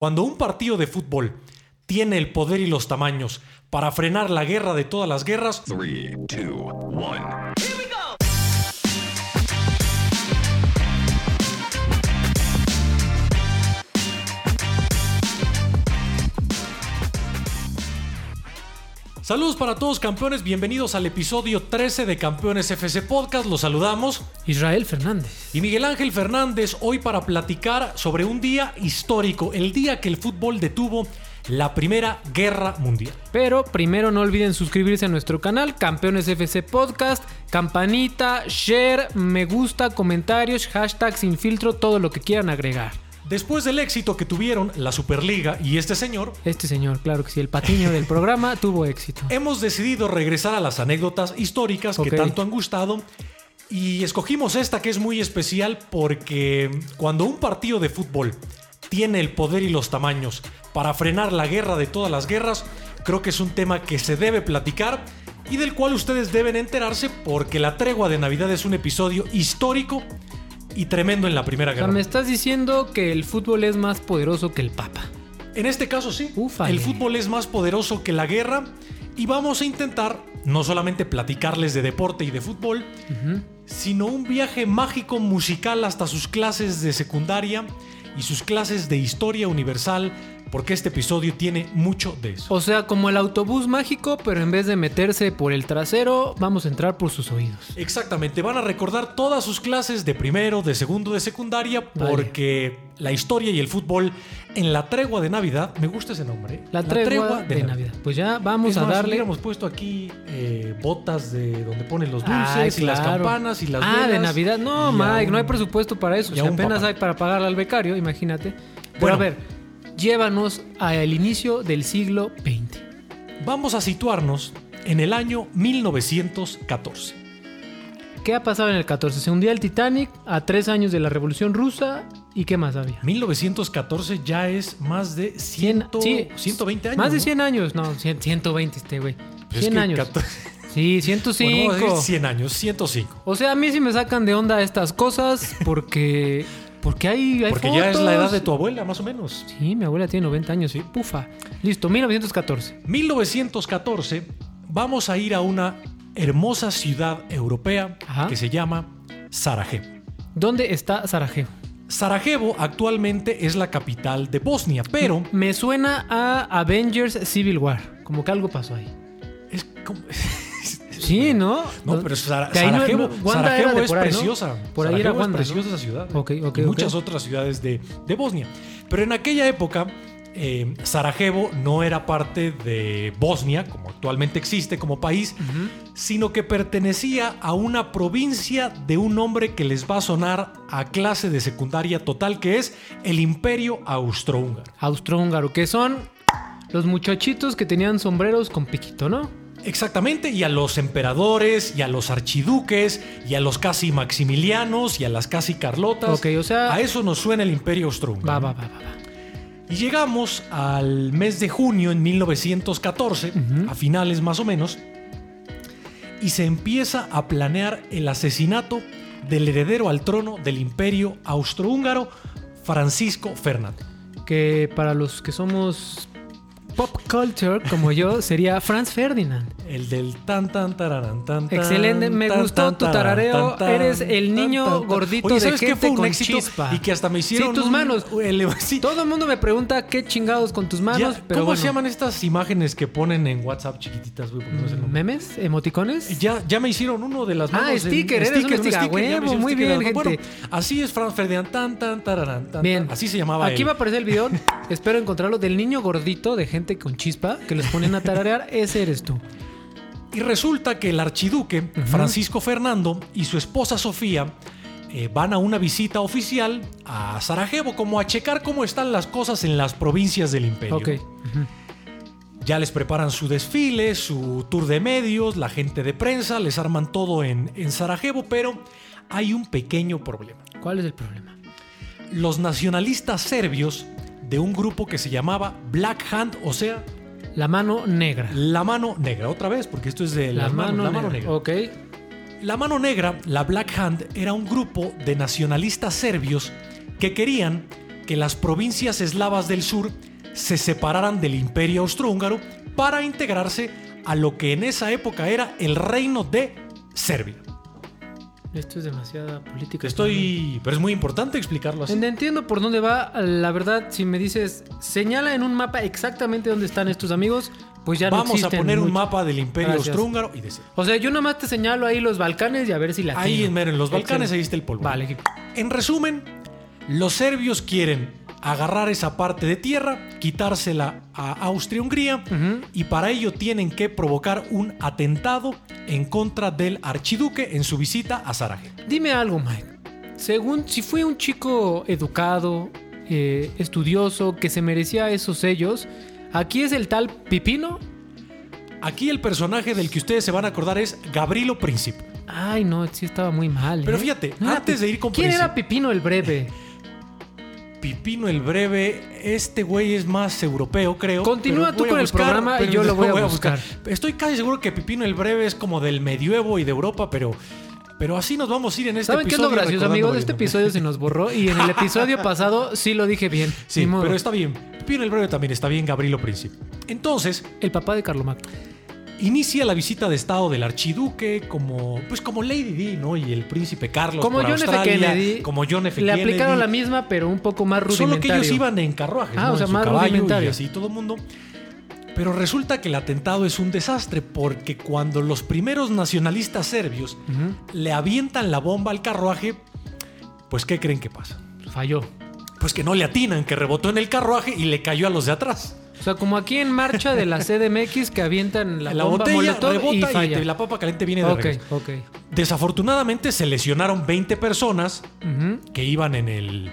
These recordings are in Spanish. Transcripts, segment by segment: Cuando un partido de fútbol tiene el poder y los tamaños para frenar la guerra de todas las guerras, Three, two, one. saludos para todos campeones, bienvenidos al episodio 13 de Campeones FC Podcast, los saludamos. Israel Fernández. Y Miguel Ángel Fernández hoy para platicar sobre un día histórico, el día que el fútbol detuvo la Primera Guerra Mundial. Pero primero no olviden suscribirse a nuestro canal, Campeones FC Podcast, campanita, share, me gusta, comentarios, hashtag sin filtro, todo lo que quieran agregar. Después del éxito que tuvieron la Superliga y este señor, Este señor, claro que sí, el patiño del programa tuvo éxito. hemos decidido regresar a las anécdotas históricas Ok. que tanto han gustado y escogimos esta que es muy especial porque cuando un partido de fútbol tiene el poder y los tamaños para frenar la guerra de todas las guerras, creo que es un tema que se debe platicar y del cual ustedes deben enterarse porque la tregua de Navidad es un episodio histórico y tremendo en la Primera O sea, Guerra. me estás diciendo que el fútbol es más poderoso que el Papa. En este caso sí. Ufale. El fútbol es más poderoso que la guerra y vamos a intentar no solamente platicarles de deporte y de fútbol, sino un viaje mágico musical hasta sus clases de secundaria y sus clases de historia universal, porque este episodio tiene mucho de eso. O sea, como el autobús mágico, pero en vez de meterse por el trasero, vamos a entrar por sus oídos. Exactamente, van a recordar todas sus clases de primero, de segundo, de secundaria, Vale. porque la historia y el fútbol en la tregua de Navidad, me gusta ese nombre, ¿eh? La tregua, de, Navidad. Pues ya vamos Es a más, darle... Hubiéramos puesto aquí eh, botas de donde ponen los dulces Ay, y las claro. campanas y las Ah, de velas Navidad. No, y a Mike, un- no hay presupuesto para eso. y Si a un apenas papá. hay para pagarle al becario, imagínate. Pero Bueno. a ver, llévanos al inicio del siglo XX. Vamos a situarnos en el año 1914. ¿Qué ha pasado en el 14? Se hundía el Titanic a tres años de la Revolución Rusa. ¿Y qué más había? 1914 ya es más de 100, sí, 120 años. Más de ¿no? 100 años. No, 100 120 este güey. Pues es 100 que años. 14 Sí, Bueno, 105. vamos a decir 100 años, 105. o sea, a mí sí me sacan de onda estas cosas porque... Porque hay, hay Porque ya es la edad fotos. de tu abuela, más o menos. Sí, mi abuela tiene 90 años, sí. Pufa. Listo, 1914. 1914, vamos a ir a una hermosa ciudad europea Ajá. que se llama Sarajevo. ¿Dónde está Sarajevo? Sarajevo actualmente es la capital de Bosnia, pero Me suena a Avengers Civil War. Como que algo pasó ahí. es como- Sí, ¿no? pues, no, pero Sara- De ahí no- Sarajevo, no, Wanda Sarajevo era de es por ahí, ¿no? preciosa. Por ahí era Sarajevo Wanda, es preciosa ¿no? esa ciudad. Ok, ok, Y ok. muchas otras ciudades de, de Bosnia. Pero en aquella época, eh, Sarajevo no era parte de Bosnia, como actualmente existe como país, sino que pertenecía a una provincia de un nombre que les va a sonar a clase de secundaria total, que es el Imperio Austrohúngaro. Austrohúngaro, que son los muchachitos que tenían sombreros con piquito, ¿no? Exactamente, y a los emperadores, y a los archiduques, y a los casi maximilianos, y a las casi carlotas. Ok, o sea- A eso nos suena el Imperio Austrohúngaro. Va, va, va, va. va. Y llegamos al mes de junio en 1914, a finales más o menos, y se empieza a planear el asesinato del heredero al trono del Imperio Austrohúngaro, Francisco Fernández. Que para los que somos pop culture, como yo, sería Franz Ferdinand. El del tan tan tararán tan tan, Excelente, me tan, gustó tan, tu tararán, tarareo, tan, tan, eres el tan, niño tan, tan. gordito Oye, de ¿sabes qué gente fue un con éxito chispa? y que hasta me Sí, hicieron tus un- manos. el- sí. Todo el mundo me pregunta qué chingados con tus manos, Ya, pero ¿Cómo bueno. se llaman estas imágenes que ponen en WhatsApp chiquititas, güey? Porque no sé el nombre. ¿Memes? ¿Emoticones? Ya, ya me hicieron uno de las Mm, Ah, manos en- sticker, eres un sticker, a ya me huevo, hicieron muy sticker de bien, las manos. gente. Bueno, así es Franz Ferdinand, tan, tan, tararán, tan, tan. Bien. Así se llamaba Aquí él. va a aparecer el video. Espero encontrarlo del niño gordito de gente con chispa que los ponen a tararear. Ese eres tú. Y resulta que el archiduque Francisco Fernando y su esposa Sofía eh, van a una visita oficial a Sarajevo, como a checar cómo están las cosas en las provincias del imperio. Ok. Ya les preparan su desfile, su tour de medios, la gente de prensa, les arman todo en, en Sarajevo, pero hay un pequeño problema. ¿Cuál es el problema? Los nacionalistas serbios de un grupo que se llamaba Black Hand, o sea, La mano negra. la mano negra, otra vez, porque esto es de La, las manos, mano, la negra. mano negra. Ok. La mano negra, la Black Hand, era un grupo de nacionalistas serbios que querían que las provincias eslavas del sur se separaran del imperio austrohúngaro para integrarse a lo que en esa época era el reino de Serbia. Esto es demasiada política. Estoy... Pero es muy importante explicarlo así. En- Entiendo por dónde va. La verdad, si me dices, señala en un mapa exactamente dónde están estos amigos, pues ya no Vamos a existen poner un muchos. mapa del imperio Gracias. austrohúngaro y de Serbia. O sea, yo nomás te señalo ahí los Balcanes y a ver si la. Ahí en, atino. mero en los Balcanes, Excelente. ahí está el polvo. Vale. En resumen, los serbios quieren agarrar esa parte de tierra, quitársela a Austria-Hungría Ujú. y para ello tienen que provocar un atentado en contra del archiduque en su visita a Saraje. Dime algo, Mike. Según si fui un chico educado, eh, estudioso, que se merecía esos sellos, aquí es el tal Pipino. Aquí el personaje del que ustedes se van a acordar es Gabrilo Príncipe. Ay, no, sí estaba muy mal. Pero ¿eh? fíjate, No era antes de ir con ¿Quién era Príncipe- Pipino el breve? Pipino el Breve, este güey es más europeo, creo. Continúa pero tú voy a con el programa y pero yo lo voy a Estoy casi seguro que Pipino el Breve es como del medioevo y de Europa, pero, pero así nos vamos a ir en este ¿Saben qué es episodio. lo gracioso, recordando amigos? varios Este nombres. episodio se nos borró y en el episodio pasado sí lo dije bien. Ni Sí, modo. pero está bien. Pipino el Breve también está bien, Gabrilo Príncipe. Entonces, El papá de Carlomagno. inicia la visita de estado del archiduque como, pues como Lady Di, ¿no? Y el príncipe Carlos Como por John F. Australia, Kennedy. Como John F. Le Kennedy. aplicaron la misma, pero un poco más Solo que rudimentario. ellos iban en carruajes, ¿no? Ah, o En sea, su más caballo y rudimentario. así todo el mundo. Pero resulta que el atentado es un desastre porque cuando los primeros nacionalistas serbios Ujú. le avientan la bomba al carruaje, pues ¿qué creen que pasa? Falló. Pues que no le atinan, que rebotó en el carruaje y le cayó a los de atrás. O sea, como aquí en marcha de la CDMX que avientan la, La, bomba botella molotov y rebota y, falla. te- la papa caliente viene de ok, regreso. ok. Desafortunadamente se lesionaron 20 personas Ujú. que iban en el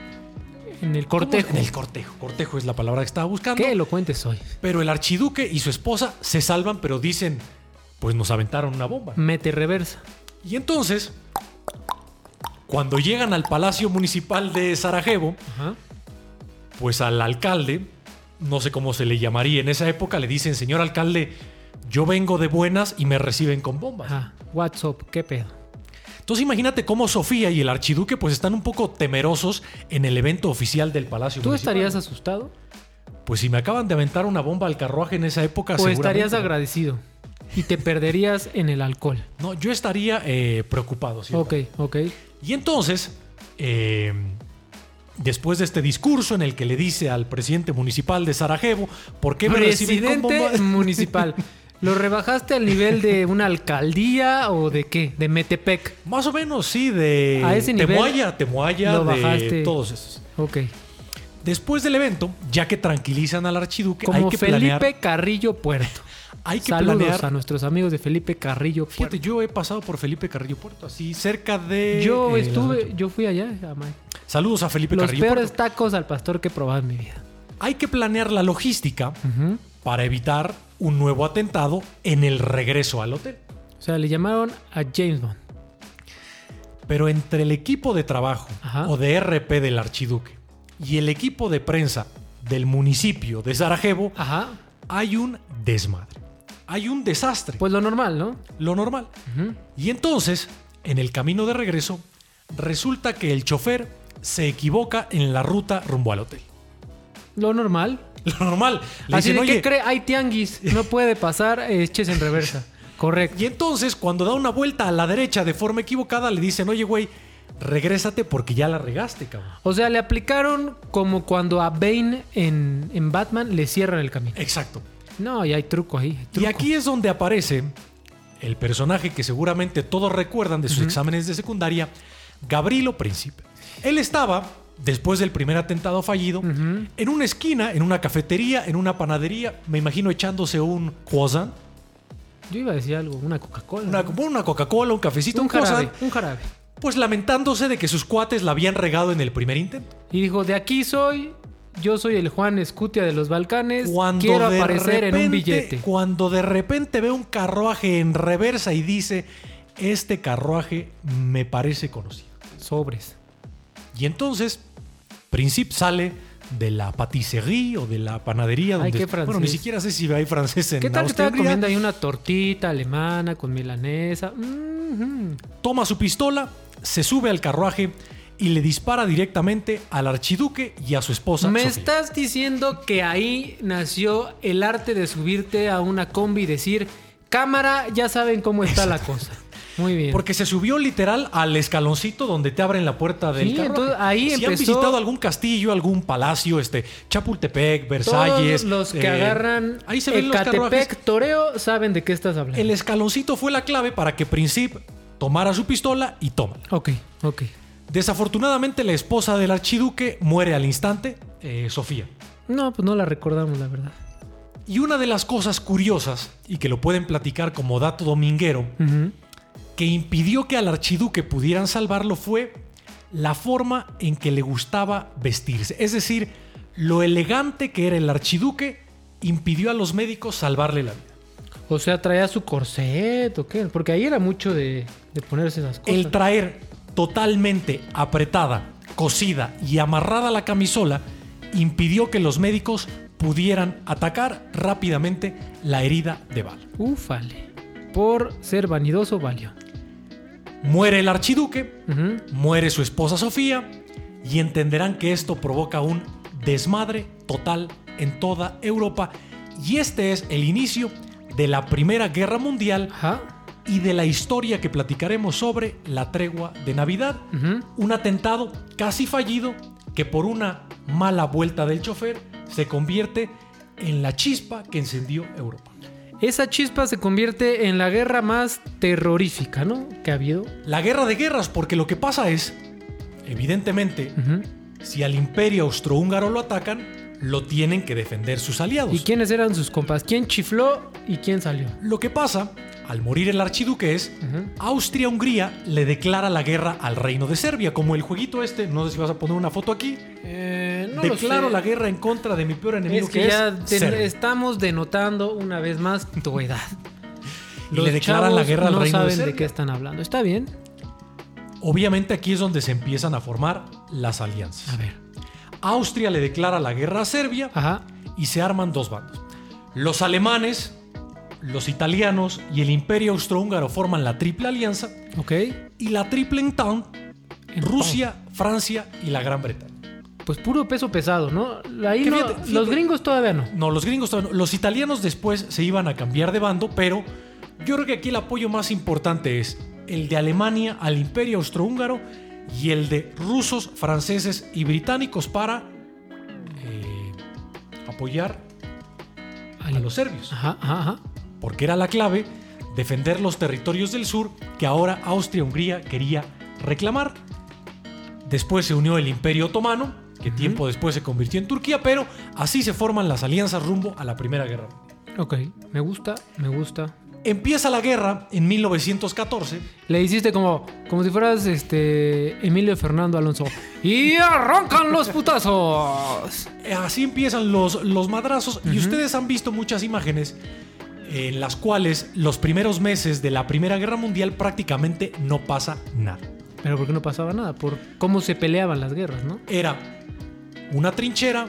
En el cortejo. En el cortejo. Cortejo es la palabra que estaba buscando. Qué elocuente soy. Pero el archiduque y su esposa se salvan, pero dicen, pues nos aventaron una bomba. Mete reversa. Y entonces, cuando llegan al Palacio Municipal de Sarajevo, Ajá. pues al alcalde, no sé cómo se le llamaría en esa época, le dicen, señor alcalde, yo vengo de buenas y me reciben con bombas. Ajá. What's up? ¿Qué pedo? Entonces imagínate cómo Sofía y el archiduque pues están un poco temerosos en el evento oficial del Palacio ¿Tú Municipal. estarías asustado? Pues si me acaban de aventar una bomba al carruaje en esa época, ¿O estarías seguramente- agradecido? Y te perderías en el alcohol. No, yo estaría eh, preocupado. sí. Ok, ok. Y entonces, eh, después de este discurso en el que le dice al presidente municipal de Sarajevo, ¿por qué me reciben con Presidente bomba? municipal. ¿Lo rebajaste al nivel de una alcaldía o de qué? De Metepec. Más o menos, sí, de A ese nivel Temoaya, Temoaya, lo de bajaste. todos esos. Ok. Después del evento, ya que tranquilizan al archiduque, hay Como que Felipe planear. Carrillo Puerto. Hay que Saludos planear. a nuestros amigos de Felipe Carrillo Puerto. Fíjate, yo he pasado por Felipe Carrillo Puerto, así cerca de. yo eh, las estuve, ocho. yo fui allá. a May. Saludos a Felipe Los Carrillo peores Puerto. tacos al pastor que he probado en mi vida. Hay que planear la logística Ujú. para evitar un nuevo atentado en el regreso al hotel. O sea, le llamaron a James Bond. Pero entre el equipo de trabajo Ajá. o de RP del archiduque y el equipo de prensa del municipio de Sarajevo Ajá. hay un desmadre. Hay un desastre, Pues lo normal, ¿no? lo normal. Ujú. Y entonces, en el camino de regreso, resulta que el chofer se equivoca en la ruta rumbo al hotel. Lo normal. Lo normal. Le Así dicen, de que "Oye, cree, hay tianguis. No puede pasar, eh, eches en reversa. Correcto. Y entonces, cuando da una vuelta a la derecha de forma equivocada, le dicen, oye, güey, regrésate porque ya la regaste, cabrón. O sea, le aplicaron como cuando a Bane en, en Batman le cierran el camino. Exacto. No, y hay truco ahí. hay Y truco. aquí es donde aparece el personaje que seguramente todos recuerdan de sus exámenes de secundaria, Gabrilo Príncipe. Él estaba, después del primer atentado fallido, en una esquina, en una cafetería, en una panadería, me imagino echándose un croissant, Yo iba a decir algo, una Coca-Cola. una, ¿no? una Coca-Cola, un cafecito, un, un jarabe, croissant, un jarabe. pues lamentándose de que sus cuates la habían regado en el primer intento. Y dijo, de aquí soy, yo soy el Juan Escutia de los Balcanes, Cuando quiero de aparecer en un repente- billete. Cuando de repente ve un carruaje en reversa y dice, este carruaje me parece conocido. Sobres. Y entonces, Princip sale de la patisserie o de la panadería Ay, donde... qué bueno, ni francés. siquiera sé si hay francés en ¿Qué tal que estaba Austria-Hungría. comiendo ahí una tortita alemana con milanesa? Mhm. Toma su pistola, se sube al carruaje y le dispara directamente al archiduque y a su esposa. Me Sofía. estás diciendo que ahí nació el arte de subirte a una combi y decir, cámara, ya saben cómo está la cosa. Muy bien. Porque se subió literal al escaloncito donde te abren la puerta del Sí, carruaje. entonces, ahí si han empezó- visitado algún castillo, algún palacio, este Chapultepec, Versalles, Todos los que pues, eh, agarran ahí se ven los carruajes. Ecatepec Toreo saben de qué estás hablando. El escaloncito fue la clave para que Princip tomara su pistola y toma. Ok, ok. Desafortunadamente la esposa del archiduque muere al instante, eh, Sofía. No, pues no la recordamos, la verdad. Y una de las cosas curiosas, y que lo pueden platicar como dato dominguero, Ujú. que impidió que al archiduque pudieran salvarlo fue la forma en que le gustaba vestirse. Es decir, lo elegante que era el archiduque impidió a los médicos salvarle la vida. O sea, traía su corset o qué. Porque ahí era mucho de, de ponerse esas cosas. El traer totalmente apretada, cosida y amarrada la camisola impidió que los médicos pudieran atacar rápidamente la herida de bala. Ufale. Por ser vanidoso valió. Muere el archiduque, Ujú. muere su esposa Sofía y entenderán que esto provoca un desmadre total en toda Europa y este es el inicio de la Primera Guerra Mundial Ajá. y de la historia que platicaremos sobre la tregua de Navidad, Ujú. un atentado casi fallido que por una mala vuelta del chofer se convierte en la chispa que encendió Europa. Esa chispa se convierte en la guerra más terrorífica, ¿no? Que ha habido. La guerra de guerras, porque lo que pasa es, evidentemente, Ujú. Si al imperio austrohúngaro lo atacan, lo tienen que defender sus aliados. ¿Y quiénes eran sus compas? ¿Quién chifló y quién salió? Lo que pasa, al morir el archiduque es, Ujú. Austria-Hungría le declara la guerra al reino de Serbia, como el jueguito este, no sé si vas a poner una foto aquí, Eh, declaro la guerra en contra de mi peor enemigo Es que, ya es te- Serbia. estamos denotando una vez más tu edad. Y le declaran la chavos guerra al no reino de saben Serbia. qué están hablando. Está bien. Obviamente aquí es donde se empiezan a formar las alianzas. A ver. Ah. Austria le declara la guerra a Serbia Ajá. y se arman dos bandos. Los alemanes, los italianos y el imperio austrohúngaro forman la triple alianza Ok. y la triple entente Rusia, Francia y la Gran Bretaña. Pues puro peso pesado, ¿no? Ahí Que no- fíjate, fíjate. Los gringos todavía no. No, los gringos todavía no. Los italianos después se iban a cambiar de bando, pero yo creo que aquí el apoyo más importante es el de Alemania al Imperio Austrohúngaro y el de rusos, franceses y británicos para eh, apoyar a los serbios. Ajá, ajá, ajá. porque era la clave defender los territorios del sur que ahora Austria-Hungría quería reclamar. Después se unió el Imperio Otomano, que tiempo después se convirtió en Turquía, pero así se forman las alianzas rumbo a la Primera Guerra. Mundial. Ok. Me gusta, me gusta. Empieza la guerra en 1914. Le hiciste como, como si fueras este Emilio Fernando Alonso. ¡Y arrancan los putazos! eh, Así empiezan los, los madrazos y ustedes han visto muchas imágenes en las cuales los primeros meses de la Primera Guerra Mundial prácticamente no pasa nada. Pero porque no pasaba nada, por cómo se peleaban las guerras, ¿no? era una trinchera,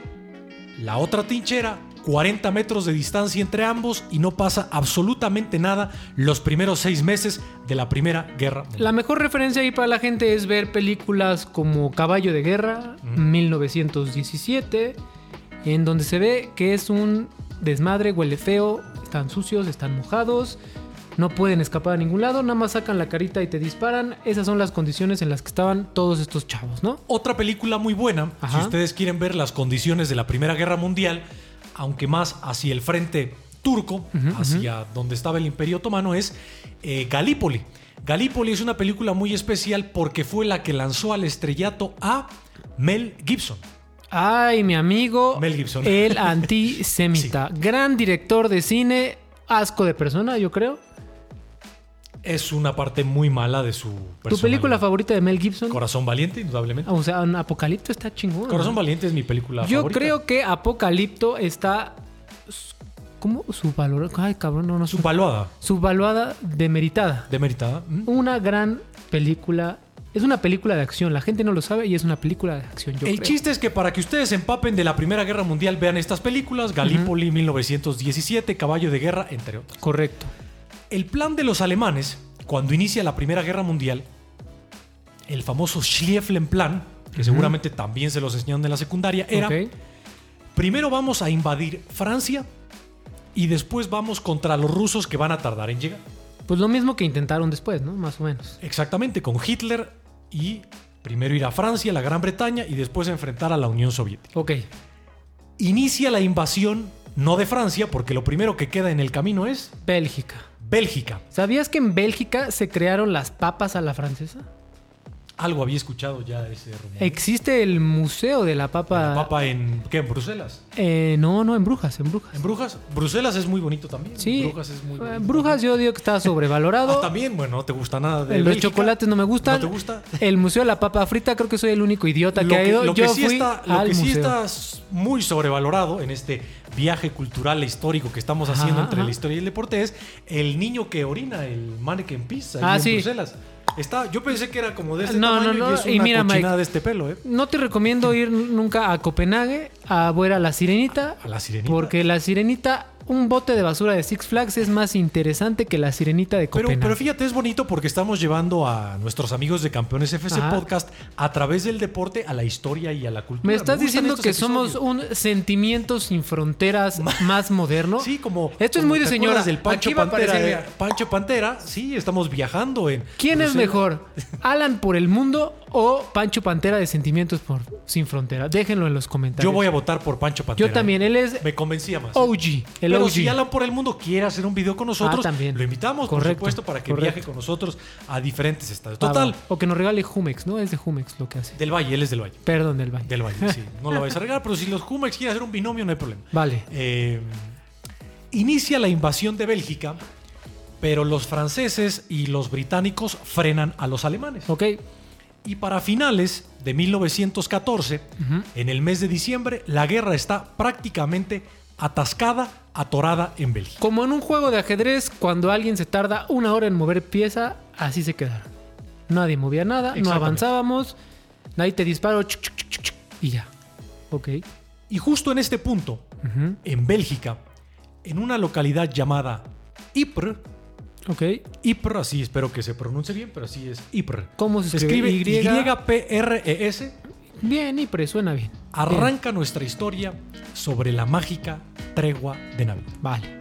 la otra trinchera, 40 metros de distancia entre ambos y no pasa absolutamente nada los primeros seis meses de la Primera Guerra Mundial. La mejor referencia ahí para la gente es ver películas como Caballo de Guerra, 1917, en donde se ve que es un desmadre, huele feo, están sucios, están mojados, no pueden escapar a ningún lado, nada más sacan la carita y te disparan. Esas son las condiciones en las que estaban todos estos chavos, ¿no? Otra película muy buena, Ajá. si ustedes quieren ver las condiciones de la Primera Guerra Mundial, aunque más hacia el frente turco, hacia donde estaba el Imperio Otomano, es eh, Galípoli. Galípoli es una película muy especial porque fue la que lanzó al estrellato a Mel Gibson. Ay, mi amigo. Mel Gibson. El antisemita. Gran director de cine, asco de persona, yo creo. Es una parte muy mala de su ¿Tu película personalidad. favorita de Mel Gibson? Ah, Corazón Valiente, indudablemente. O sea, un Apocalipto está chingón. Corazón ¿no? Valiente es mi película Yo favorita. creo que Apocalipto está. s- ¿Cómo? Subvalorada. Ay, cabrón, no, no. sub- Subvaluada, Subvaluada, demeritada. demeritada. ¿Mm? Una gran película. Es una película de acción. La gente no lo sabe y es una película de acción. Yo El creo. chiste es que para que ustedes se empapen de la Primera Guerra Mundial, vean estas películas: Galípoli, 1917, Caballo de Guerra, entre otras. Correcto. El plan de los alemanes, cuando inicia la Primera Guerra Mundial, el famoso Schlieffen-Plan, que seguramente también se los enseñaron en la secundaria, era Ok. primero vamos a invadir Francia y después vamos contra los rusos que van a tardar en llegar. Pues lo mismo que intentaron después, ¿no? Más o menos. Exactamente, con Hitler y primero ir a Francia, la Gran Bretaña y después enfrentar a la Unión Soviética. Ok. Inicia la invasión no de Francia, porque lo primero que queda en el camino es Bélgica. Bélgica. ¿Sabías que en Bélgica se crearon las papas a la francesa? Algo había escuchado ya de ese rumor. Existe el Museo de la Papa. La papa en qué en Bruselas. Eh, no, no, en Brujas, en Brujas. En Brujas, Bruselas es muy bonito también. Sí. Brujas es muy Eh, bonito. Brujas yo digo que está sobrevalorado. Ah, también, bueno, no te gusta nada de Eh, Los Bélgica. chocolates no me gustan. ¿No te gusta? El Museo de la Papa Frita creo que soy el único idiota que, Lo ha que, ido. lo que yo sí fui está, lo al que sí museo. está s- muy sobrevalorado en este viaje cultural e histórico que estamos haciendo Ajá, entre ajá. la historia y el deporte es el niño que orina, el mannequin peace ahí Ah, en sí. Bruselas. Está, yo pensé que era como de este No, tamaño no, no, y es y una mira, cochinada Mike. de este pelo, ¿eh? No te recomiendo ir nunca a Copenhague a ver a la sirenita. A la sirenita. Porque la sirenita, un bote de basura de Six Flags es más interesante que la sirenita de Pero, Copenhague. pero fíjate, es bonito porque estamos llevando a nuestros amigos de Campeones FC Ajá. Podcast a través del deporte a la historia y a la cultura. ¿Me estás gustan diciendo estos que episodios. somos un sentimiento sin fronteras más moderno? Sí, como. Esto es como muy de te señora. acuerdas Del Pancho Aquí va a Pantera. aparecer, eh, mira. Pancho Pantera, sí, estamos viajando en. ¿Quién Bruselas. es mejor? ¿Alan por el mundo o Pancho Pantera de Sentimientos por Sin Frontera? Déjenlo en los comentarios. Yo voy a votar por Pancho Pantera. eh. Yo también, él es Me convencía más. OG. El Ah, Pero OG. si Alan por el mundo quiere hacer un video con nosotros, Ah, también. lo invitamos, por Correcto, supuesto, para que correcto. viaje con nosotros a diferentes estados. Ah, Total, va. O que nos regale Jumex, ¿no? Es de Jumex lo que hace. del Valle, él es del Valle. Perdón, del baño. Del Valle, sí. No lo vais a regar, pero si los Jumex quieren hacer un binomio, no hay problema. Vale. Eh, inicia la invasión de Bélgica, pero los franceses y los británicos frenan a los alemanes. Ok. Y para finales de 1914, en el mes de diciembre, la guerra está prácticamente atascada, atorada en Bélgica. Como en un juego de ajedrez, cuando alguien se tarda una hora en mover pieza, así se quedaron. Nadie movía nada, no Exactamente. avanzábamos, nadie te disparó, chuc, chuc, chuc, chuc, chuc, y ya. Ok. Y justo en este punto, Ujú. en Bélgica, en una localidad llamada Ypres, Ok. Ypres, así espero que se pronuncie bien, pero así es Ypres. ¿Cómo se escribe? escribe? Y- Y-P-R-E-S. Bien, Ipre, suena bien. Bien. E Arranca nuestra historia sobre la mágica tregua de Navidad. Vale,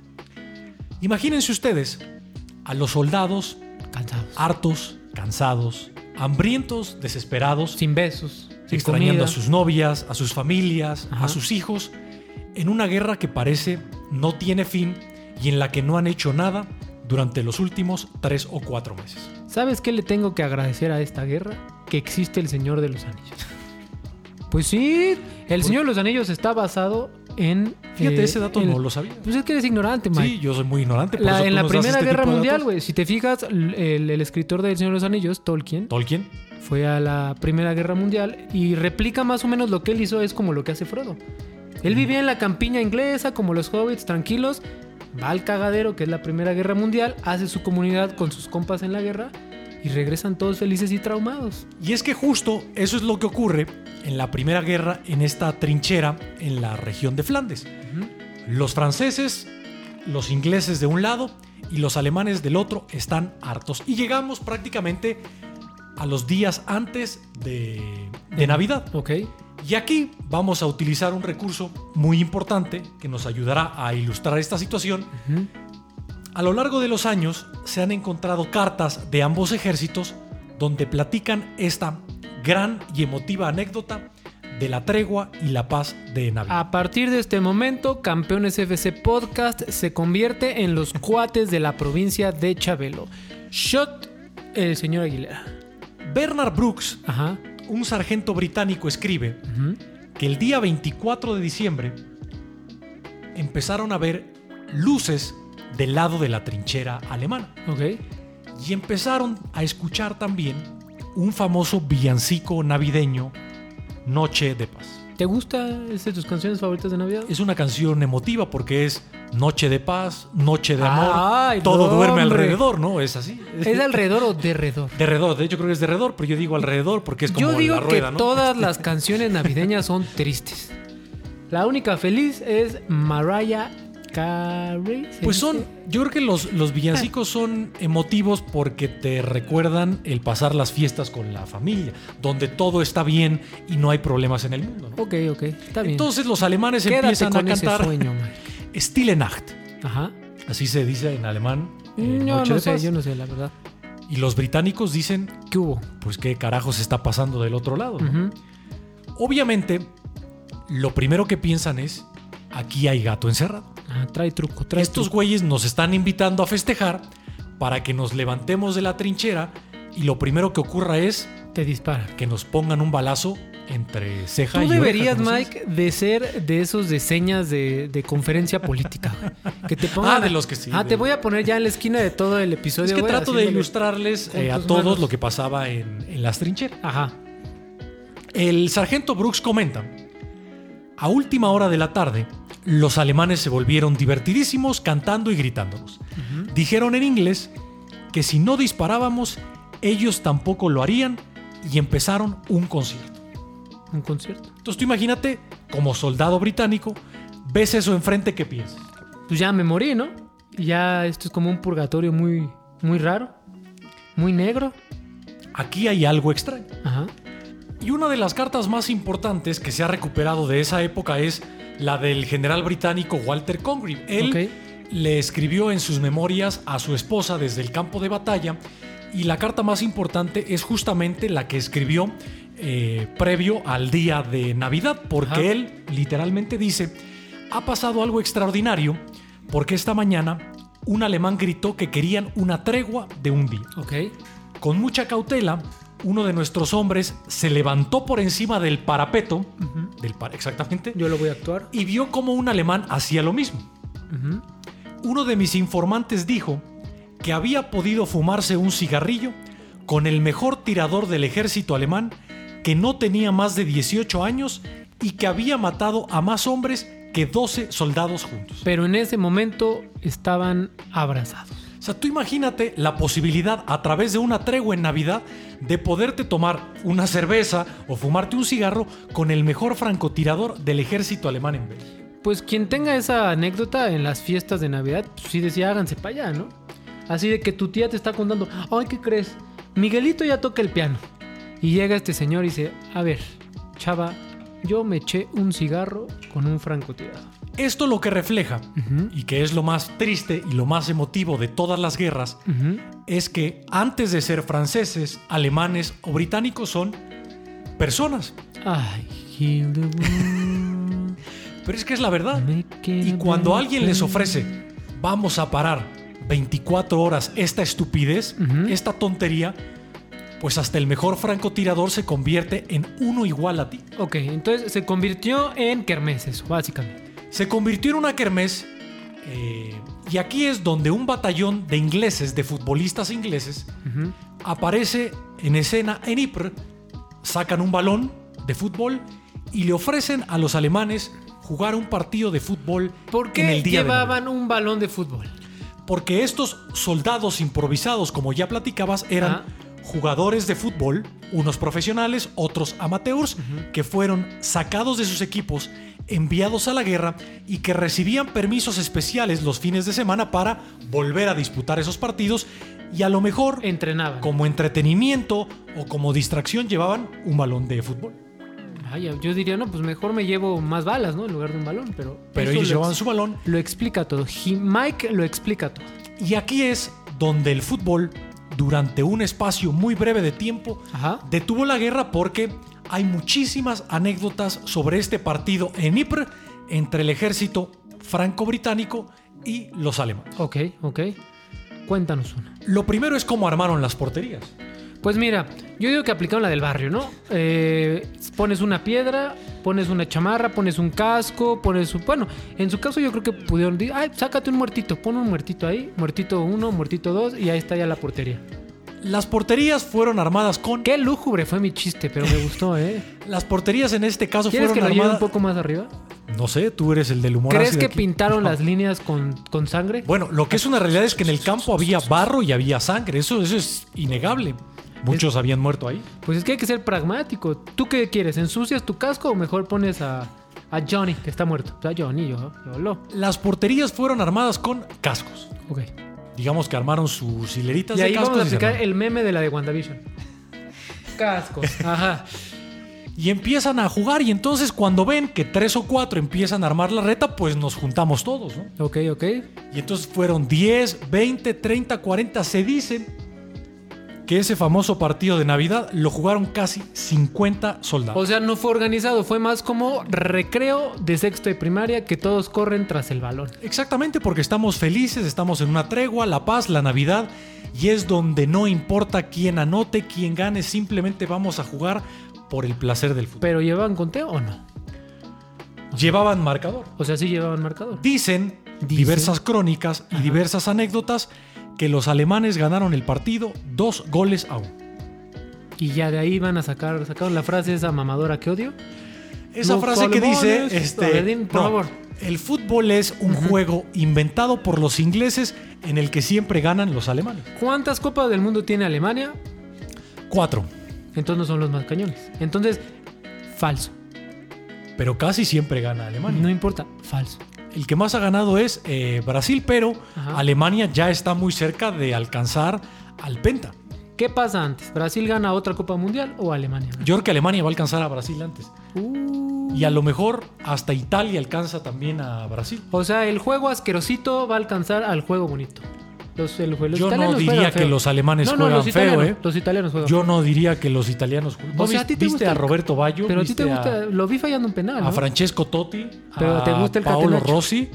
Imagínense ustedes a los soldados cansados. hartos, cansados, hambrientos, desesperados, Sin besos, sin extrañando comida. a sus novias, a sus familias, Ajá. a sus hijos, en una guerra que parece no tiene fin y en la que no han hecho nada durante los últimos tres o cuatro meses. ¿Sabes qué le tengo que agradecer a esta guerra? Que existe el Señor de los Anillos. Pues sí, el Señor de los Anillos está basado en... Fíjate, eh, ese dato el- no lo sabía. Pues es que eres ignorante, Mike. Sí, yo soy muy ignorante. por La- eso tú en la nos das Primera este Guerra tipo de Mundial, datos. güey, si te fijas, l- el, el escritor del Señor de los Anillos, Tolkien, Tolkien, fue a la Primera Guerra Mundial y replica más o menos lo que él hizo, es como lo que hace Frodo. Él vivía en la campiña inglesa, como los hobbits, tranquilos, va al cagadero, que es la Primera Guerra Mundial, hace su comunidad con sus compas en la guerra y regresan todos felices y traumados. Y es que justo eso es lo que ocurre en la Primera Guerra en esta trinchera en la región de Flandes. Los franceses, los ingleses de un lado y los alemanes del otro están hartos. Y llegamos prácticamente a los días antes de, de Navidad. Ok, Y aquí vamos a utilizar un recurso muy importante que nos ayudará a ilustrar esta situación. Ujú. A lo largo de los años se han encontrado cartas de ambos ejércitos donde platican esta gran y emotiva anécdota de la tregua y la paz de Navidad. a partir de este momento, Campeones FC Podcast se convierte en los cuates de la provincia de Chabelo. Shot el señor Aguilera. Bernard Brooks, Ajá. un sargento británico, escribe Ujú. que el día 24 de diciembre empezaron a ver luces del lado de la trinchera alemana Ok. y empezaron a escuchar también un famoso villancico navideño, Noche de Paz. ¿Te gusta es de tus canciones favoritas de Navidad? Es una canción emotiva porque es noche de paz, noche de amor, Ay, todo no, duerme hombre. alrededor, ¿no? Es así. ¿Es alrededor o derredor? Derredor, de hecho creo que es derredor, pero yo digo alrededor porque es como Yo digo la rueda, que ¿no? todas las canciones navideñas son tristes. La única feliz es Mariah Carrey. ¿se Pues dice? son, yo creo que los, los villancicos son emotivos porque te recuerdan el pasar las fiestas con la familia, donde todo está bien y no hay problemas en el mundo. ¿no? Ok, ok, está bien. Entonces los alemanes Quédate empiezan a con ese cantar sueño, man. Stille Nacht, Ajá. así se dice en alemán. eh, No, Noche no de sé, Paz. yo no sé, la verdad. Y los británicos dicen, ¿Qué hubo? pues qué carajos está pasando del otro lado. no? Ujú. Obviamente, lo primero que piensan es, aquí hay gato encerrado. Ah, trae truco, trae Estos truco. güeyes nos están invitando a festejar para que nos levantemos de la trinchera y lo primero que ocurra es Te disparan. que nos pongan un balazo entre ceja Tú y oreja, deberías, como se dice. Mike, de ser de esos de señas de, de conferencia política. güey. Que te pongan. Ah, de los que sí, Ah, de- te voy a poner ya en la esquina de todo el episodio. Es que güey, trato de haciéndole- ilustrarles con eh, a tus todos manos. lo que pasaba en, en las trincheras. Ajá. El sargento Brooks comenta, a última hora de la tarde, los alemanes se volvieron divertidísimos cantando y gritándonos. Dijeron en inglés que si no disparábamos, ellos tampoco lo harían y empezaron un concierto. Un concierto. Entonces tú imagínate, como soldado británico, ves eso enfrente, ¿qué piensas? Pues ya me morí, ¿no? Y Ya esto es como un purgatorio muy, muy raro. Muy negro. Aquí hay algo extraño. Ajá. Y una de las cartas más importantes que se ha recuperado de esa época es la del general británico Walter Congreve. Él Ok. le escribió en sus memorias a su esposa desde el campo de batalla y la carta más importante es justamente la que escribió eh, previo al día de Navidad, porque Ajá. él literalmente dice, ha pasado algo extraordinario porque esta mañana un alemán gritó que querían una tregua de un día. Ok. Con mucha cautela, uno de nuestros hombres se levantó por encima del parapeto, del par- exactamente, Yo lo voy a actuar. y vio como un alemán hacía lo mismo. Ujú. Uno de mis informantes dijo que había podido fumarse un cigarrillo con el mejor tirador del ejército alemán que no tenía más de 18 años y que había matado a más hombres que 12 soldados juntos. Pero en ese momento estaban abrazados. O sea, tú imagínate la posibilidad a través de una tregua en Navidad de poderte tomar una cerveza o fumarte un cigarro con el mejor francotirador del ejército alemán en Bélgica. Pues quien tenga esa anécdota en las fiestas de Navidad, pues sí decía, háganse para allá, ¿no? Así de que tu tía te está contando, ay, ¿qué crees? Miguelito ya toca el piano. Y llega este señor y dice, a ver, chava, yo me eché un cigarro con un francotirador. Esto lo que refleja, y que es lo más triste y lo más emotivo de todas las guerras, Ujú. es que antes de ser franceses, alemanes o británicos son personas. Ay, heal the world, Pero es que es la verdad. make it Y cuando better. alguien les ofrece, vamos a parar 24 horas esta estupidez, Ujú. esta tontería, pues hasta el mejor francotirador se convierte en uno igual a ti. Ok, entonces se convirtió en kermeses, básicamente. Se convirtió en una kermés. eh, y aquí es donde un batallón de ingleses, de futbolistas ingleses, Ujú. aparece en escena en Ypres, sacan un balón de fútbol y le ofrecen a los alemanes jugar un partido de fútbol ¿Por en qué el día de Navidad. llevaban un balón de fútbol? Porque estos soldados improvisados, como ya platicabas, eran Ah. jugadores de fútbol, unos profesionales, otros amateurs, que fueron sacados de sus equipos, enviados a la guerra y que recibían permisos especiales los fines de semana para volver a disputar esos partidos y a lo mejor Entrenaban. como entretenimiento o como distracción llevaban un balón de fútbol. Vaya, yo diría, no, pues mejor me llevo más balas, ¿no? En lugar de un balón, pero... Pero eso ellos lo llevaban ex- su balón Lo explica todo. He- Mike lo explica todo. y aquí es donde el fútbol, durante un espacio muy breve de tiempo, Ajá. detuvo la guerra porque hay muchísimas anécdotas sobre este partido en Ypres entre el ejército franco-británico y los alemanes. Ok, ok. Cuéntanos una. Lo primero es cómo armaron las porterías. Pues mira, yo digo que aplicaron la del barrio, ¿no? Eh, pones una piedra, pones una chamarra, pones un casco, pones un... Bueno, en su caso yo creo que pudieron... di- Ay, sácate un muertito, pon un muertito ahí. Muertito uno, muertito dos y ahí está ya la portería. Las porterías fueron armadas con... Qué lúgubre fue mi chiste, pero me gustó, ¿eh? Las porterías en este caso ¿Quieres fueron que lo lleve un armadas... poco más arriba? No sé, tú eres el del humor. ¿Crees ácido que aquí. pintaron No. las líneas con, con sangre? Bueno, lo que es una realidad es que en el campo había barro y había sangre. Eso, eso es innegable. Muchos habían muerto ahí. Pues es que hay que ser pragmático. ¿Tú qué quieres? ¿Ensucias tu casco o mejor pones a, A Johnny, que está muerto. A Johnny, yo, yo lo. Las porterías fueron armadas con cascos. Ok. Digamos que armaron sus hileritas Y de ahí cascos. vamos a y se aplicar armaron. el meme de la de WandaVision. Cascos. Ajá. y empiezan a jugar y entonces cuando ven que tres o cuatro empiezan a armar la reta, pues nos juntamos todos, ¿no? Ok, ok. Y entonces fueron 10, 20, 30, 40. Se dice que ese famoso partido de Navidad lo jugaron casi 50 soldados. O sea, no fue organizado, fue más como recreo de sexto de primaria que todos corren tras el balón. Exactamente porque estamos felices, estamos en una tregua, la paz, la Navidad, y es donde no importa quién anote, quién gane, simplemente vamos a jugar por el placer del fútbol. ¿Pero llevaban conteo o no? Llevaban marcador. O sea, sí llevaban marcador. Dicen diversas crónicas y diversas anécdotas que los alemanes ganaron el partido dos goles a uno. Y ya de ahí van a sacar, sacaron la frase esa mamadora que odio. Esa Los frase que dice, alemanes, a este, ver, dime, por no, favor. el fútbol es un juego inventado por los ingleses en el que siempre ganan los alemanes. ¿Cuántas copas del mundo tiene Alemania? Cuatro, Entonces no son los más cañones. Entonces, falso. pero casi siempre gana Alemania. No importa, falso. El que más ha ganado es eh, Brasil, pero Ajá. Alemania ya está muy cerca de alcanzar al Penta. ¿Qué pasa antes? ¿Brasil gana otra Copa Mundial o Alemania? gana? Yo creo que Alemania va a alcanzar a Brasil antes. Uh. Y a lo mejor hasta Italia alcanza también a Brasil. O sea, el juego asquerosito va a alcanzar al juego bonito. Los, el- los Yo italianos no diría juegan que feo. los alemanes No, no, juegan los feo, italianos, ¿eh? Los italianos juegan Yo no diría que los italianos juegan. O ¿No sea, vis- ¿a ti te viste gusta a el- Roberto Bayo? Pero a ti te ¿Viste gusta. Lo vi fallando un penal. a ¿no? Francesco Totti, Pero a ¿te gusta el Paolo catenacho? Rossi.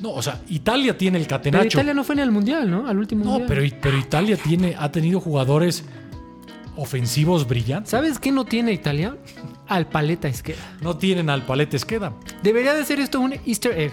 No, o sea, Italia tiene el Pero catenacho. Italia no fue ni al mundial, ¿no? Al último no, mundial. pero, pero Italia tiene, ha tenido jugadores ofensivos brillantes. ¿Sabes qué no tiene Italia? Al paleta izquierda. No tienen al palete Esqueda. Debería de ser esto un Easter egg.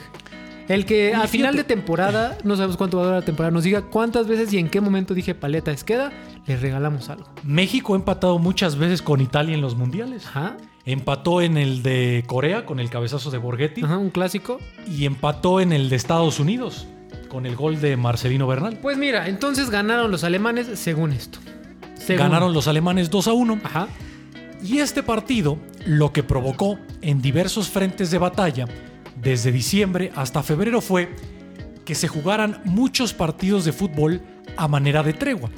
El que Oye, al final de fíjate. temporada, no sabemos cuánto va a durar la temporada, nos diga cuántas veces y en qué momento dije paleta izquierda, le regalamos algo. México ha empatado muchas veces con Italia en los mundiales. Ajá. Empató en el de Corea con el cabezazo de Borghetti Ajá, un clásico. y empató en el de Estados Unidos con el gol de Marcelino Bernal. Pues mira, entonces ganaron los alemanes según esto. Según. Ganaron los alemanes 2 a 1. Ajá. Y este partido lo que provocó en diversos frentes de batalla desde diciembre hasta febrero fue que se jugaran muchos partidos de fútbol a manera de tregua.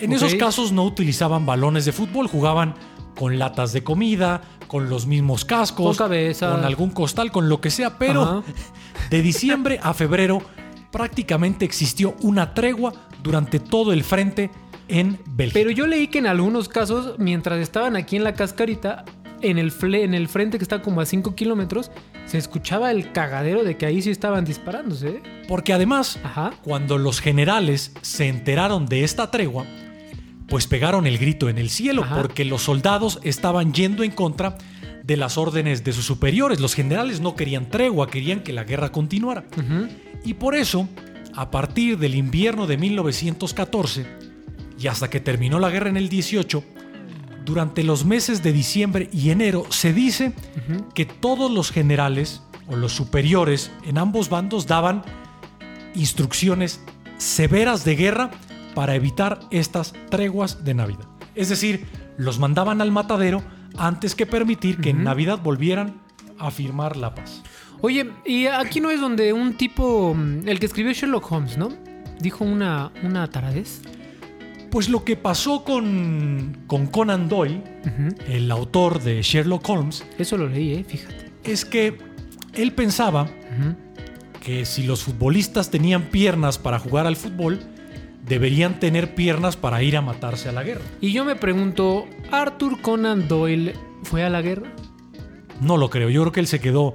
En esos Ok. casos no utilizaban balones de fútbol, jugaban con latas de comida, con los mismos cascos, Con cabeza. con algún costal, con lo que sea, pero Ajá. de diciembre a febrero prácticamente existió una tregua durante todo el frente en Bélgica. Pero yo leí que en algunos casos, mientras estaban aquí en la cascarita, en el, fle- en el frente que está como a 5 kilómetros, se escuchaba el cagadero de que ahí sí estaban disparándose. ¿eh? Porque además Ajá. Cuando los generales se enteraron de esta tregua, pues pegaron el grito en el cielo Ajá. porque los soldados estaban yendo en contra de las órdenes de sus superiores. Los generales no querían tregua, querían que la guerra continuara. Ujú. Y por eso, a partir del invierno de 1914 y hasta que terminó la guerra en el 18, durante los meses de diciembre y enero se dice que todos los generales o los superiores en ambos bandos daban instrucciones severas de guerra para evitar estas treguas de Navidad. Es decir, los mandaban al matadero antes que permitir que en Navidad volvieran a firmar la paz. Oye, y aquí no es donde un tipo, mm, el que escribió Sherlock Holmes, ¿no? Dijo una, una taradez. Pues lo que pasó con, con Conan Doyle, Ujú. el autor de Sherlock Holmes, Eso lo leí, ¿eh? Fíjate. es que él pensaba Ujú. que si los futbolistas tenían piernas para jugar al fútbol, deberían tener piernas para ir a matarse a la guerra. Y yo me pregunto, ¿Arthur Conan Doyle fue a la guerra? No lo creo, yo creo que él se quedó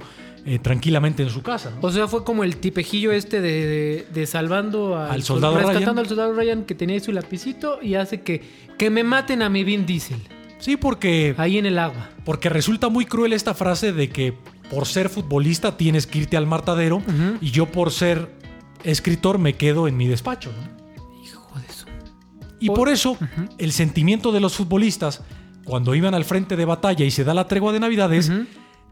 eh, tranquilamente en su casa. ¿no? O sea, fue como el tipejillo este de, de- de salvando al, Al soldado rescatando Ryan. al soldado Ryan que tenía ahí su lapicito y hace que, que me maten a mi Vin Diesel Sí, porque, ahí en el agua. porque resulta muy cruel esta frase de que por ser futbolista tienes que irte al matadero Ujú. y yo por ser escritor me quedo en mi despacho. ¿no? Hijo de su. Y Por- por eso el sentimiento de los futbolistas cuando iban al frente de batalla y se da la tregua de Navidad es, Ujú.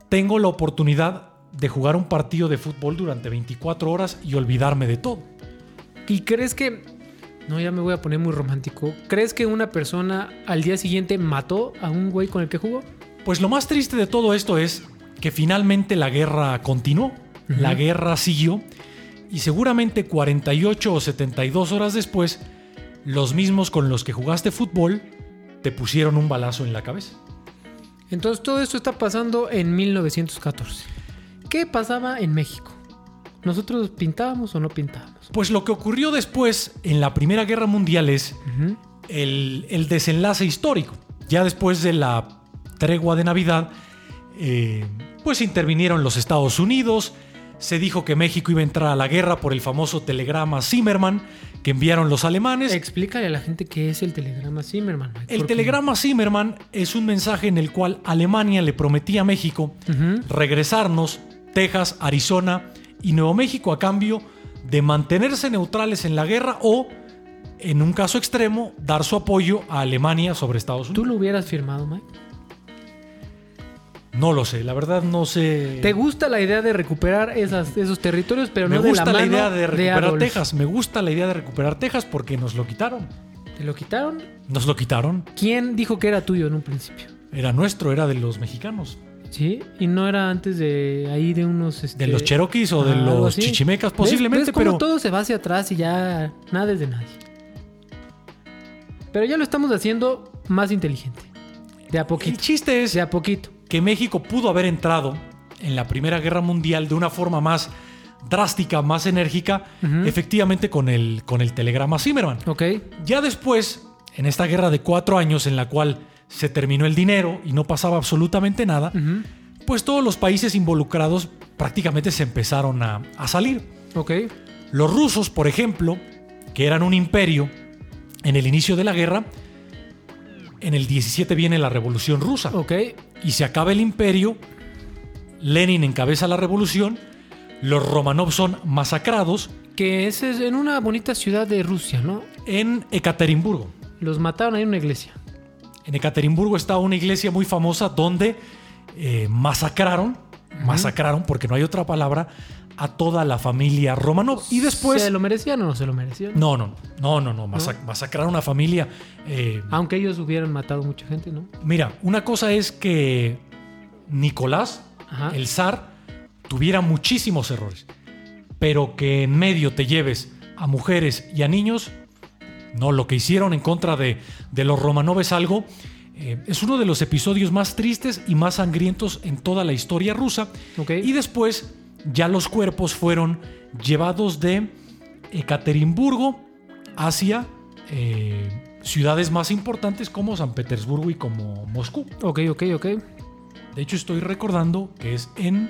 tengo la oportunidad de jugar un partido de fútbol durante 24 horas y olvidarme de todo. ¿Y crees que.? No, ya me voy a poner muy romántico. ¿Crees que una persona al día siguiente mató a un güey con el que jugó? Pues lo más triste de todo esto es que finalmente la guerra continuó, la guerra siguió y seguramente 48 o 72 horas después, los mismos con los que jugaste fútbol te pusieron un balazo en la cabeza. Entonces todo esto está pasando en 1914. ¿Qué pasaba en México? ¿Nosotros pintábamos o no pintábamos? Pues lo que ocurrió después en la Primera Guerra Mundial es Ujú. el, el desenlace histórico. Ya después de la tregua de Navidad, eh, pues intervinieron los Estados Unidos, se dijo que México iba a entrar a la guerra por el famoso telegrama Zimmerman que enviaron los alemanes. Explícale a la gente qué es el telegrama Zimmerman. Mike, el porque- telegrama Zimmerman es un mensaje en el cual Alemania le prometía a México Ujú. regresarnos Texas, Arizona y Nuevo México a cambio de mantenerse neutrales en la guerra o, en un caso extremo, dar su apoyo a Alemania sobre Estados Unidos. ¿Tú lo hubieras firmado, Mike? No lo sé, la verdad no sé. ¿Te gusta la idea de recuperar esas, esos territorios, pero me no gusta de la, la, mano idea de recuperar Adolf? Texas, me gusta la idea de recuperar Texas porque nos lo quitaron. ¿Te lo quitaron? Nos lo quitaron, ¿Quién dijo que era tuyo en un principio? era nuestro, era de los mexicanos, Sí, y no era antes de ahí de unos... este, de los cherokees o de ah, algo los así. chichimecas ¿Ves? posiblemente, ¿Ves cómo pero todo se va hacia atrás y ya nada es de nadie. Pero ya lo estamos haciendo más inteligente. De a el poquito. chiste es De a poquito. que México pudo haber entrado en la Primera Guerra Mundial de una forma más drástica, más enérgica, Ujú. efectivamente con el, con el telegrama Zimmerman. ¿Ok? Ya después, en esta guerra de cuatro años en la cual se terminó el dinero y no pasaba absolutamente nada, Ujú. pues todos los países involucrados prácticamente se empezaron a, a salir. Ok. Los rusos, por ejemplo, que eran un imperio en el inicio de la guerra, en el 17 viene la Revolución Rusa Ok. y se acaba el imperio, Lenin encabeza la revolución, los Romanov son masacrados Que ese es en una bonita ciudad de Rusia, ¿no? en Ekaterimburgo. Los mataron ahí en una iglesia. En Ekaterimburgo está una iglesia muy famosa donde eh, masacraron, masacraron, porque no hay otra palabra, a toda la familia Romanov. Y después... ¿Se lo merecían o no se lo merecían? No, no, no, no, no, masa- masacraron a una familia. eh, Aunque ellos hubieran matado mucha gente, ¿no? Mira, una cosa es que Nicolás, Ajá. el zar, tuviera muchísimos errores, pero que en medio te lleves a mujeres y a niños, no, lo que hicieron en contra de, de los Romanov es algo, eh, es uno de los episodios más tristes y más sangrientos en toda la historia rusa. Ok. Y después ya los cuerpos fueron llevados de Ekaterimburgo hacia eh, ciudades más importantes como San Petersburgo y como Moscú. Ok, ok, ok. De hecho, estoy recordando que es en.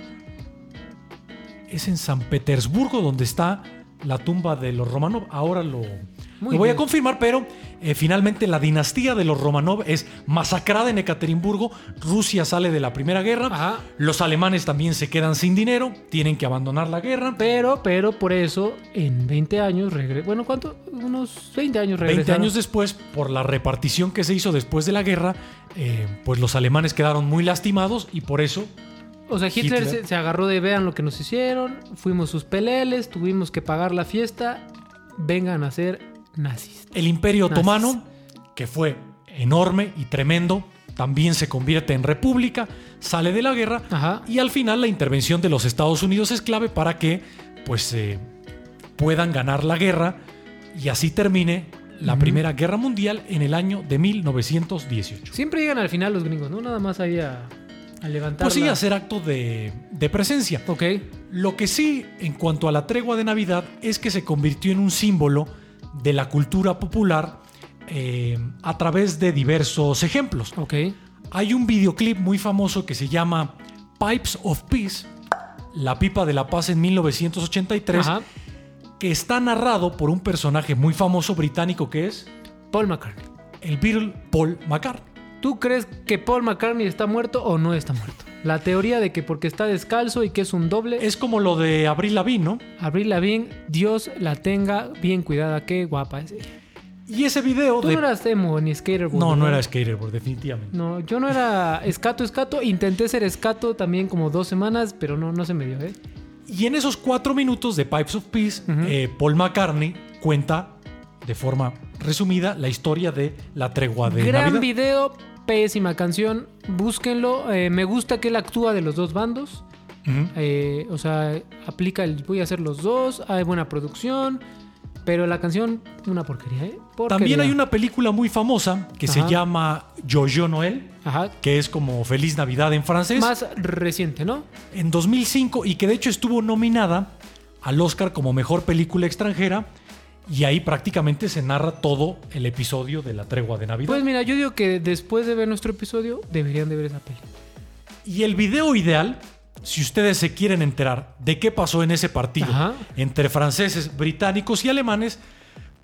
Es en San Petersburgo donde está la tumba de los Romanov. Ahora lo, lo voy a bien. confirmar, pero eh, finalmente la dinastía de los Romanov es masacrada en Ekaterimburgo. Rusia sale de la Primera Guerra. Ajá. Los alemanes también se quedan sin dinero, tienen que abandonar la guerra. Pero, pero por eso, en 20 años regresó. Bueno, ¿cuánto? Unos 20 años 20 regresaron. años después, por la repartición que se hizo después de la guerra, eh, pues los alemanes quedaron muy lastimados y por eso O sea, Hitler, Hitler. Se, se agarró de vean lo que nos hicieron, fuimos sus peleles, tuvimos que pagar la fiesta, vengan a ser nazis. El Imperio Nazis. Otomano, que fue enorme y tremendo, también se convierte en república, sale de la guerra Ajá. y al final la intervención de los Estados Unidos es clave para que pues eh, puedan ganar la guerra y así termine la Ujú. Primera Guerra Mundial en el año de 1918. Siempre llegan al final los gringos, ¿no? Nada más ahí a, a levantar. Pues sí, la- hacer acto de, de presencia. Ok. Lo que sí, en cuanto a la tregua de Navidad, es que se convirtió en un símbolo de la cultura popular eh, a través de diversos ejemplos. Ok. Hay un videoclip muy famoso que se llama Pipes of Peace, La Pipa de la Paz en 1983, Ajá. que está narrado por un personaje muy famoso británico que es Paul McCartney. el Beatle Paul McCartney. ¿Tú crees que Paul McCartney está muerto o no está muerto? La teoría de que porque está descalzo y que es un doble, Es como lo de Abril Lavigne, ¿no? Abril Lavigne, Dios la tenga bien cuidada, qué guapa es ella. Y ese video Tú de... no eras emo ni skater boy, no, no era Skateboard, definitivamente. No, yo no era escato, escato. Intenté ser escato también como dos semanas, pero no, no se me dio, ¿eh? Y en esos cuatro minutos de Pipes of Peace, Ujú. eh, Paul McCartney cuenta de forma resumida la historia de la tregua de Gran Navidad. video, pésima canción. Búsquenlo. Eh, me gusta que él actúa de los dos bandos. Ujú. Eh, o sea, aplica el voy a hacer los dos. Hay buena producción. Pero la canción, una porquería, ¿eh? Porquería. También hay una película muy famosa que se Ajá. llama Jojo Noel, Ajá. que es como Feliz Navidad en francés, Más reciente, ¿no? en 2005 y que de hecho estuvo nominada al Oscar como Mejor Película Extranjera. Y ahí prácticamente se narra todo el episodio de la tregua de Navidad. Pues mira, yo digo que después de ver nuestro episodio, deberían de ver esa peli. Y el video ideal, si ustedes se quieren enterar de qué pasó en ese partido Ajá. entre franceses, británicos y alemanes,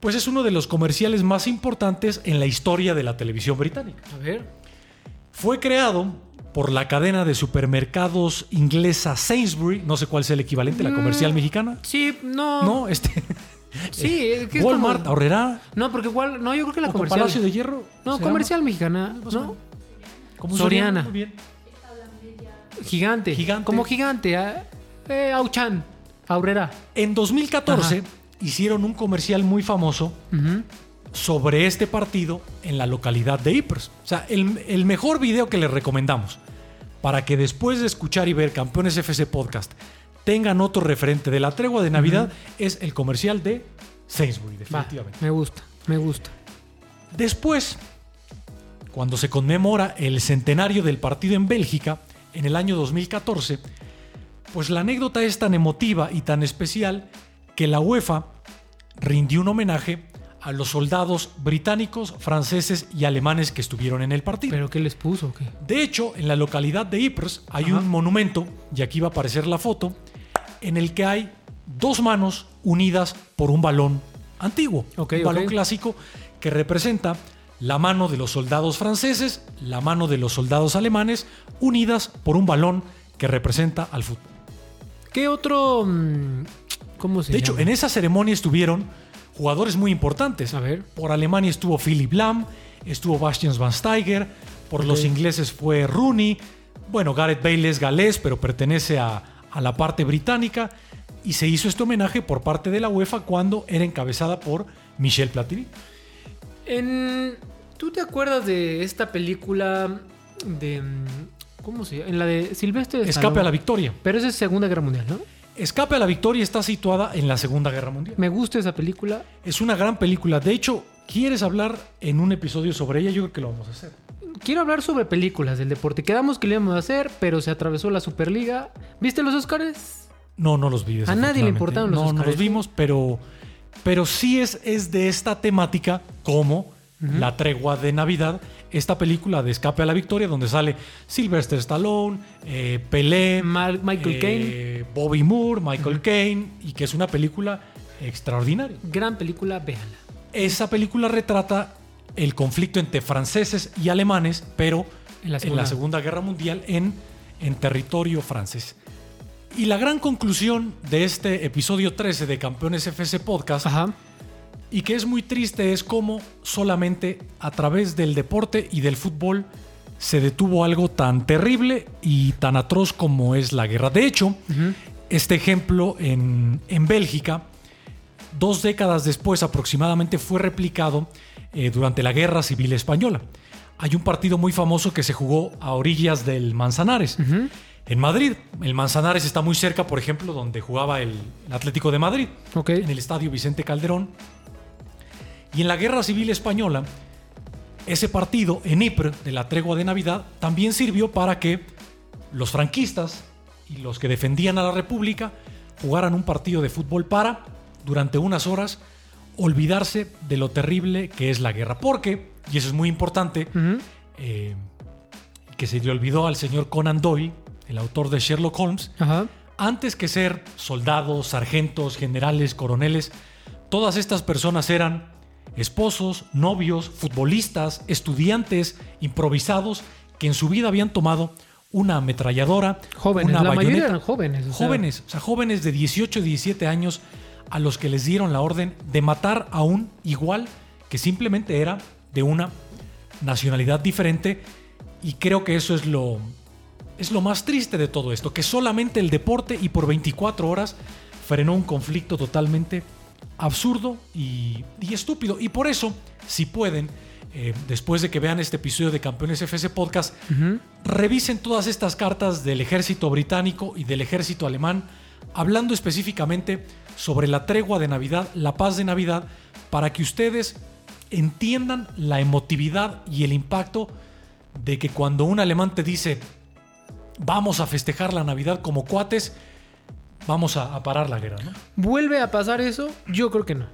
pues es uno de los comerciales más importantes en la historia de la televisión británica. A ver. Fue creado por la cadena de supermercados inglesa Sainsbury, no sé cuál es el equivalente, la comercial mexicana. Sí, Mm. no. No, este. Sí, es que es Walmart, como- Ahorrera, No, porque igual. No, yo creo que la o con comercial. Palacio de Hierro. No, ¿se comercial mexicana, ¿no? llama? Como Soriana. Muy bien. Gigante. Gigante. Como gigante. ah, Eh, Auchan. Aurrera. En 2014 hicieron un comercial muy famoso Ujú. sobre este partido en la localidad de Ypres. O sea, el, el mejor video que les recomendamos para que después de escuchar y ver Campeones FC Podcast tengan otro referente de la tregua de Navidad es el comercial de Sainsbury, Va, definitivamente. me gusta, me gusta. Después, cuando se conmemora el centenario del partido en Bélgica, en el año 2014, pues la anécdota es tan emotiva y tan especial que la UEFA rindió un homenaje a los soldados británicos, franceses y alemanes que estuvieron en el partido. ¿Pero qué les puso? o ¿Qué? De hecho, en la localidad de Ypres hay Ajá. un monumento, y aquí va a aparecer la foto, en el que hay dos manos unidas por un balón antiguo, Ok, un balón ok. clásico que representa la mano de los soldados franceses, la mano de los soldados alemanes, unidas por un balón que representa al fútbol. ¿Qué otro. mm, ¿Cómo se De llama? hecho, en esa ceremonia estuvieron jugadores muy importantes. A ver. Por Alemania estuvo Philip Lahm, estuvo Bastian Schweinsteiger, por los Ok. ingleses fue Rooney, bueno, Gareth Bale es galés, pero pertenece a, a la parte británica, y se hizo este homenaje por parte de la UEFA cuando era encabezada por Michel Platini. En- ¿Tú te acuerdas de esta película de. mm, ¿Cómo se llama? En la de Silvestre. Escape a la victoria. Pero esa es Segunda Guerra Mundial, ¿no? Escape a la victoria está situada en la Segunda Guerra Mundial. Me gusta esa película. Es una gran película. De hecho, ¿quieres hablar en un episodio sobre ella? Yo creo que lo vamos a hacer. Quiero hablar sobre películas del deporte. Quedamos que lo íbamos a hacer, pero se atravesó la Superliga. ¿Viste los Oscars? No, no los vi. A nadie le desafortunadamente. importaron los No, no Óscares. los vimos, pero, pero sí es, es de esta temática como La Tregua de Navidad, esta película de Escape a la Victoria, donde sale Sylvester Stallone, eh, Pelé, Mal- Michael eh, Bobby Moore, Michael Caine, y que es una película extraordinaria. Gran película, véanla. Esa película retrata el conflicto entre franceses y alemanes, pero En la Segunda. Guerra Mundial en, en territorio francés. Y la gran conclusión de este episodio 13 de Campeones FC Podcast, Ajá. y que es muy triste, es cómo solamente a través del deporte y del fútbol se detuvo algo tan terrible y tan atroz como es la guerra. De hecho, este ejemplo en, en Bélgica, dos décadas después aproximadamente, fue replicado eh, durante la Guerra Civil Española. Hay un partido muy famoso que se jugó a orillas del Manzanares, en Madrid. El Manzanares está muy cerca, por ejemplo, donde jugaba el Atlético de Madrid, Ok. en el Estadio Vicente Calderón. Y en la Guerra Civil Española, ese partido en Ypres de la tregua de Navidad también sirvió para que los franquistas y los que defendían a la República jugaran un partido de fútbol para, durante unas horas, olvidarse de lo terrible que es la guerra. Porque, y eso es muy importante, Ujú. eh, que se le olvidó al señor Conan Doyle, el autor de Sherlock Holmes, Ajá. antes que ser soldados, sargentos, generales, coroneles, todas estas personas eran esposos, novios, futbolistas, estudiantes, improvisados, que en su vida habían tomado una ametralladora, Jóvenes. una la mayoría bayoneta. eran jóvenes. o sea, Jóvenes, o sea, jóvenes de 18, 17 años a los que les dieron la orden de matar a un igual que simplemente era de una nacionalidad diferente y creo que eso es lo es lo más triste de todo esto, que solamente el deporte y por 24 horas frenó un conflicto totalmente absurdo y, y estúpido y por eso, si pueden, eh, después de que vean este episodio de Campeones FC Podcast, revisen todas estas cartas del ejército británico y del ejército alemán, hablando específicamente sobre la tregua de Navidad, la paz de Navidad, para que ustedes entiendan la emotividad y el impacto de que cuando un alemán te dice vamos a festejar la Navidad como cuates, vamos a, a parar la guerra, ¿no? ¿Vuelve a pasar eso? Yo creo que no.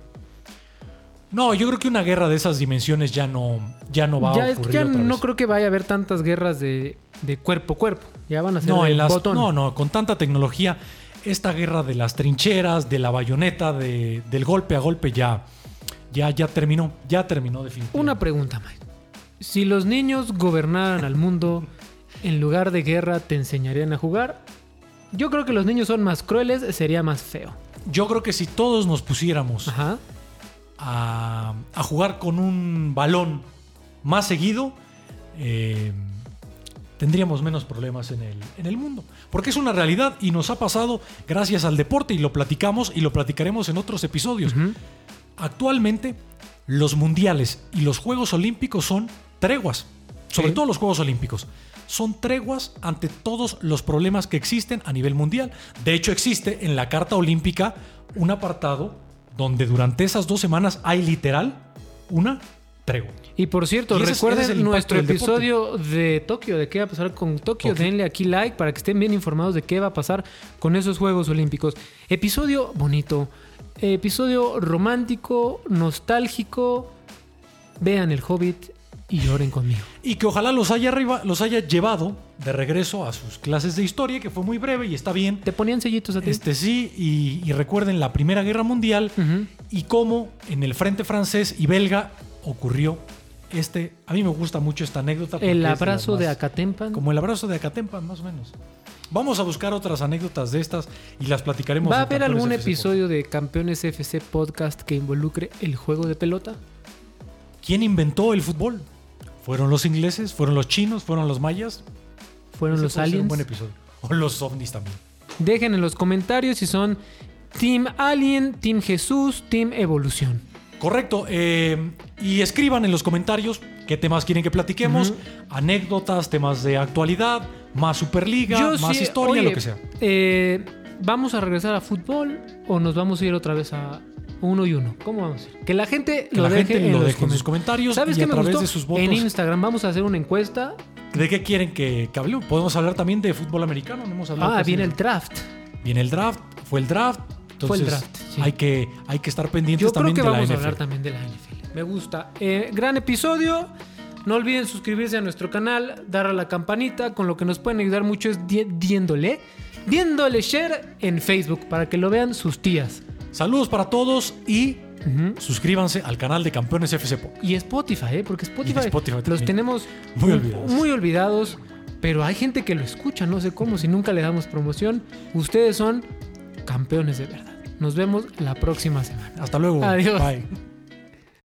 No, yo creo que una guerra de esas dimensiones ya no, ya no va ya a es- ocurrir. ya otra no vez. creo que vaya a haber tantas guerras de, de cuerpo a cuerpo. Ya van a ser No, de en las- botón. no, no, con tanta tecnología, esta guerra de las trincheras, de la bayoneta, de- del golpe a golpe ya, ya, ya terminó, ya terminó definitivamente. Una pregunta, Mike. Si los niños gobernaran al mundo, en lugar de guerra, ¿te enseñarían a jugar? Yo creo que los niños son más crueles, sería más feo. Yo creo que si todos nos pusiéramos Ajá. a, a jugar con un balón más seguido, eh, tendríamos menos problemas en el, en el mundo. Porque es una realidad y nos ha pasado gracias al deporte y lo platicamos y lo platicaremos en otros episodios. Actualmente, los mundiales y los Juegos Olímpicos son treguas, sobre Sí. todo los Juegos Olímpicos. Son treguas ante todos los problemas que existen a nivel mundial. De hecho, existe en la Carta Olímpica un apartado donde durante esas dos semanas hay literal una tregua. Y por cierto, Y ese es- recuerden ese es el impacto nuestro del deporte. episodio de Tokio, de qué va a pasar con Tokio. Tokio. Denle aquí like para que estén bien informados de qué va a pasar con esos Juegos Olímpicos. Episodio bonito, episodio romántico, nostálgico. Vean el Hobbit y lloren conmigo. Y que ojalá los haya, arriba- los haya llevado de regreso a sus clases de historia, que fue muy breve y está bien. ¿Te ponían sellitos a ti? Este sí, y, y recuerden la Primera Guerra Mundial Ujú. y cómo en el frente francés y belga ocurrió este. A mí me gusta mucho esta anécdota. porque es El las abrazo de más- Acatempan. Como el abrazo de Acatempan, más o menos. Vamos a buscar otras anécdotas de estas y las platicaremos. ¿Va a en haber Campeones algún FC episodio de Campeones FC Podcast que involucre el juego de pelota? Podcast. ¿Quién inventó el fútbol? ¿Fueron los ingleses? ¿Fueron los chinos? ¿Fueron los mayas? ¿Fueron Ese puede los ser Un aliens? buen episodio. O los ovnis también. Dejen en los comentarios si son Team Alien, Team Jesús, Team Evolución. Correcto. eh, y escriban en los comentarios qué temas quieren que platiquemos, anécdotas, temas de actualidad, más Superliga, Yo más sí- historia, oye, lo que sea. eh, ¿Vamos a regresar a fútbol o nos vamos a ir otra vez a uno y uno? ¿Cómo vamos a ir? Que la gente Que lo la deje, gente en, lo los deje en sus comentarios ¿Sabes y qué a me través gustó? de sus votos. Pues En Instagram vamos a hacer una encuesta. ¿De qué quieren que, que hablemos? Podemos hablar también de fútbol americano. No pues hemos hablado Ah, casi viene de- el draft. viene el draft. Fue el draft. Entonces, Fue el draft, sí. hay, que, hay que estar pendientes Yo creo también que de vamos la a NFL. hablar también de la NFL. Me gusta. Eh, gran episodio. No olviden suscribirse a nuestro canal, dar a la campanita. Con lo que nos pueden ayudar mucho es di- diéndole, diéndole share en Facebook para que lo vean sus tías. Saludos para todos y suscríbanse al canal de Campeones FC Podcast. Y Spotify, ¿eh? porque Spotify, Spotify los también. tenemos Muy mu- olvidados. muy olvidados, pero hay gente que lo escucha, no sé cómo, si nunca le damos promoción. Ustedes son campeones de verdad. Nos vemos la próxima semana. Hasta luego. Adiós. Bye.